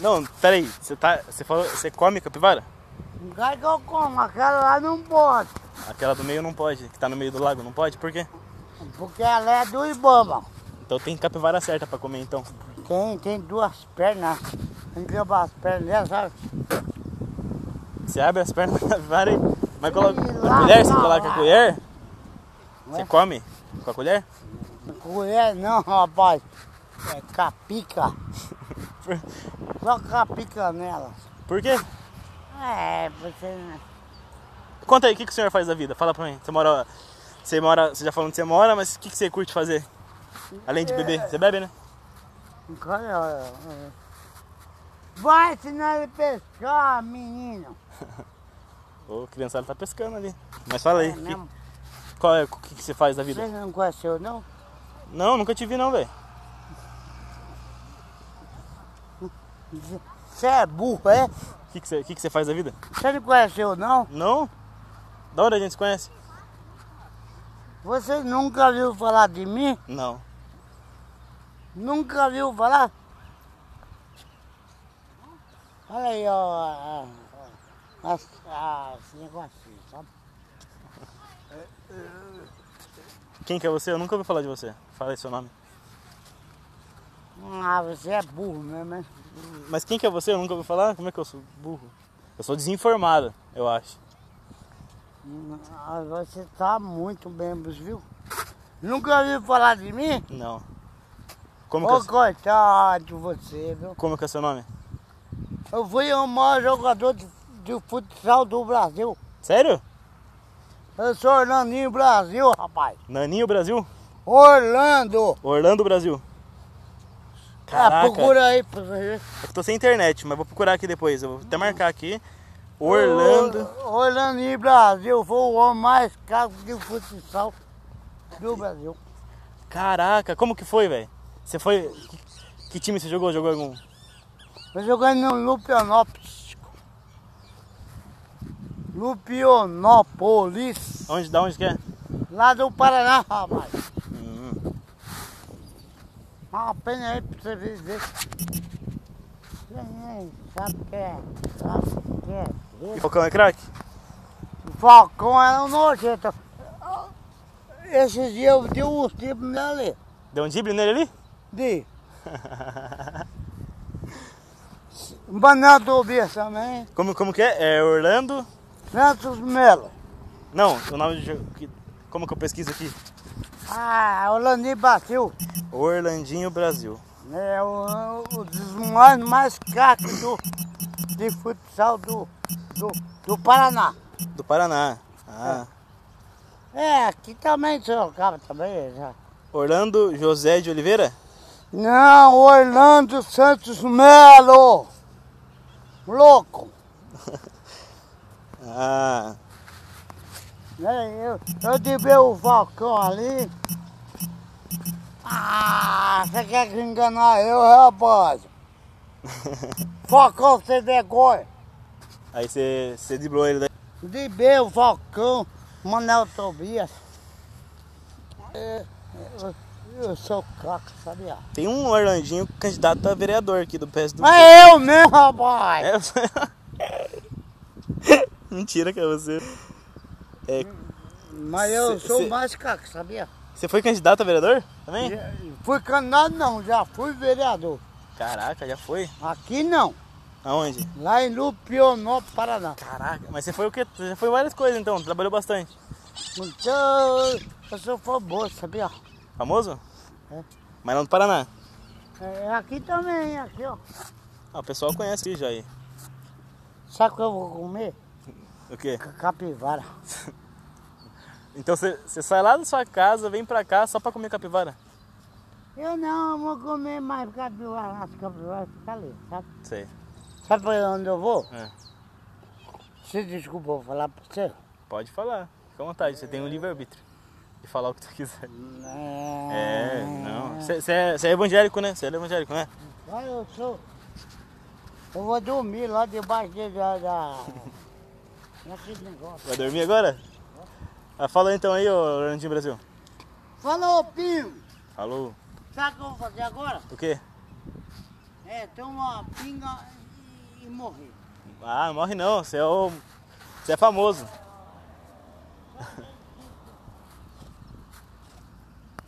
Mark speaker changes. Speaker 1: Não, peraí, você tá. Você falou. Você come capivara?
Speaker 2: Cara que eu como, aquela lá não pode,
Speaker 1: Aquela do meio não pode, que tá no meio do lago, não pode? Por quê?
Speaker 2: porque ela é do Ibama.
Speaker 1: Então tem capivara certa pra comer então.
Speaker 2: Tem, tem duas pernas, tem que levar as pernas dela, sabe?
Speaker 1: Você abre as pernas da capivara e. Mas coloca.
Speaker 2: Sei
Speaker 1: Na
Speaker 2: lá,
Speaker 1: colher, você
Speaker 2: tá
Speaker 1: coloca a
Speaker 2: lá.
Speaker 1: colher? Você
Speaker 2: Ué?
Speaker 1: come com a colher?
Speaker 2: Colher não, rapaz, é capica, só capica nela.
Speaker 1: Por quê?
Speaker 2: É, você...
Speaker 1: Conta aí, o que, que o senhor faz da vida? Fala pra mim. Você mora. Você mora. Você já falou onde você mora, mas o que, que você curte fazer? Além de beber. Você bebe, né?
Speaker 2: Cara, é. Vai ensinar ele a pescar, menino.
Speaker 1: Ô, criançada tá pescando ali. Mas fala aí,
Speaker 2: É
Speaker 1: que-
Speaker 2: mesmo?
Speaker 1: qual é, o que, que você faz da vida?
Speaker 2: Você não conheceu, não?
Speaker 1: Não, nunca te vi não, velho.
Speaker 2: Você é burro, é?
Speaker 1: O que, que, você, o que, que você faz da vida?
Speaker 2: Você não conheceu, não?
Speaker 1: Não? Da onde a gente se conhece?
Speaker 2: Você nunca ouviu falar de mim?
Speaker 1: Não.
Speaker 2: Nunca ouviu falar? Olha aí, ó. a- a- As, as negocinhos, sabe?
Speaker 1: Quem que é você? Eu nunca ouvi falar de você. Fala aí seu nome.
Speaker 2: Ah, você é burro mesmo, né?
Speaker 1: Mas quem que é você? Eu nunca ouvi falar. Como é que eu sou burro? Eu sou desinformado, eu acho.
Speaker 2: Ah, Você tá muito bem, viu? Nunca ouviu falar de mim?
Speaker 1: Não. Como,
Speaker 2: Ô,
Speaker 1: que, é,
Speaker 2: coitado de você, viu?
Speaker 1: como que é seu nome?
Speaker 2: Eu fui o maior jogador de, de futsal do Brasil.
Speaker 1: Sério?
Speaker 2: Eu sou Orlandinho Brasil, rapaz.
Speaker 1: Naninho Brasil?
Speaker 2: Orlando! é,
Speaker 1: Orlando Brasil?
Speaker 2: Ah,
Speaker 1: Caraca,
Speaker 2: procura aí pra você ver.
Speaker 1: eu tô sem internet, mas vou procurar aqui depois. Eu vou até marcar aqui. Orlando.
Speaker 2: O- Orlandinho Brasil foi o homem mais caro de futsal do Brasil.
Speaker 1: Caraca, como que foi, velho? Você foi. que- Que time você jogou? Jogou algum?
Speaker 2: Foi jogando no Lupionópolis. Lupionópolis.
Speaker 1: Onde? Da onde que é?
Speaker 2: Lá do Paraná, rapaz.
Speaker 1: Hum.
Speaker 2: Dá uma pena aí pra você viver. Ninguém Sabe o que é? Sabe o que é?
Speaker 1: E Falcão é craque?
Speaker 2: O Falcão era um nojento. Esses dias eu dei uns tipos nele.
Speaker 1: Deu um drible nele ali?
Speaker 2: De. Banana Um do Bias também.
Speaker 1: Como, como que é? É Orlando.
Speaker 2: Santos Melo.
Speaker 1: Não, o nome do jogo. que- Como que eu pesquiso aqui?
Speaker 2: Ah, Olani bateu.
Speaker 1: Orlandinho Brasil.
Speaker 2: É o, o dos maiores mais cacos do, de futsal do, do, do Paraná.
Speaker 1: Do Paraná. Ah.
Speaker 2: É, aqui também, Sorocaba também. Já.
Speaker 1: Orlando José de Oliveira?
Speaker 2: Não, Orlando Santos Melo. Louco.
Speaker 1: Ah.
Speaker 2: É, eu, eu te ver o Falcão ali. Ah, você quer que enganar eu, rapaz? Falcão sem vergonha.
Speaker 1: Aí você você driblou ele daí.
Speaker 2: De ver o Falcão, Manel Tobias. É, Eu, eu sou caca, sabia?
Speaker 1: Tem um Orlandinho candidato a vereador aqui do PS do.
Speaker 2: Mas eu mesmo, rapaz!
Speaker 1: Ah, É? Mentira que é você. É,
Speaker 2: Mas eu
Speaker 1: Cê-
Speaker 2: sou
Speaker 1: cê-
Speaker 2: mais caca, sabia?
Speaker 1: você foi candidato a vereador também?
Speaker 2: Já- Fui candidato não, já fui vereador.
Speaker 1: Caraca, já foi.
Speaker 2: Aqui não,
Speaker 1: Aonde?
Speaker 2: lá em Lupionópolis, Paraná.
Speaker 1: Caraca, mas você foi o quê? Você já foi várias coisas então, trabalhou bastante.
Speaker 2: Então, eu sou famoso, sabia?
Speaker 1: Famoso?
Speaker 2: É.
Speaker 1: Mas não do Paraná.
Speaker 2: É, aqui também, aqui ó.
Speaker 1: Ah, o pessoal conhece aqui, Jair.
Speaker 2: Sabe o que eu vou comer?
Speaker 1: O quê?
Speaker 2: C- Capivara.
Speaker 1: Então você você sai lá da sua casa, vem pra cá só pra comer capivara?
Speaker 2: Eu não eu vou comer mais capivara, as capivaras ficam ali, sabe?
Speaker 1: Sei.
Speaker 2: Sabe pra onde eu vou?
Speaker 1: É.
Speaker 2: Se desculpa, eu vou falar pra você.
Speaker 1: Pode falar, fica à vontade, você tem um livre-arbítrio de falar o que você quiser. É, não. Você você é, você é evangélico, né? Você é evangélico, né?
Speaker 2: Lá eu sou. Eu vou dormir lá debaixo de, da. da... daquele negócio.
Speaker 1: Vai dormir agora? Ah, fala então aí, ô Orlandinho Brasil.
Speaker 2: Falou, Pinho!
Speaker 1: Falou.
Speaker 2: Sabe o que eu vou fazer agora?
Speaker 1: O quê?
Speaker 2: É, toma pinga e, e morrer.
Speaker 1: Ah, não morre não, você é o. Você é famoso.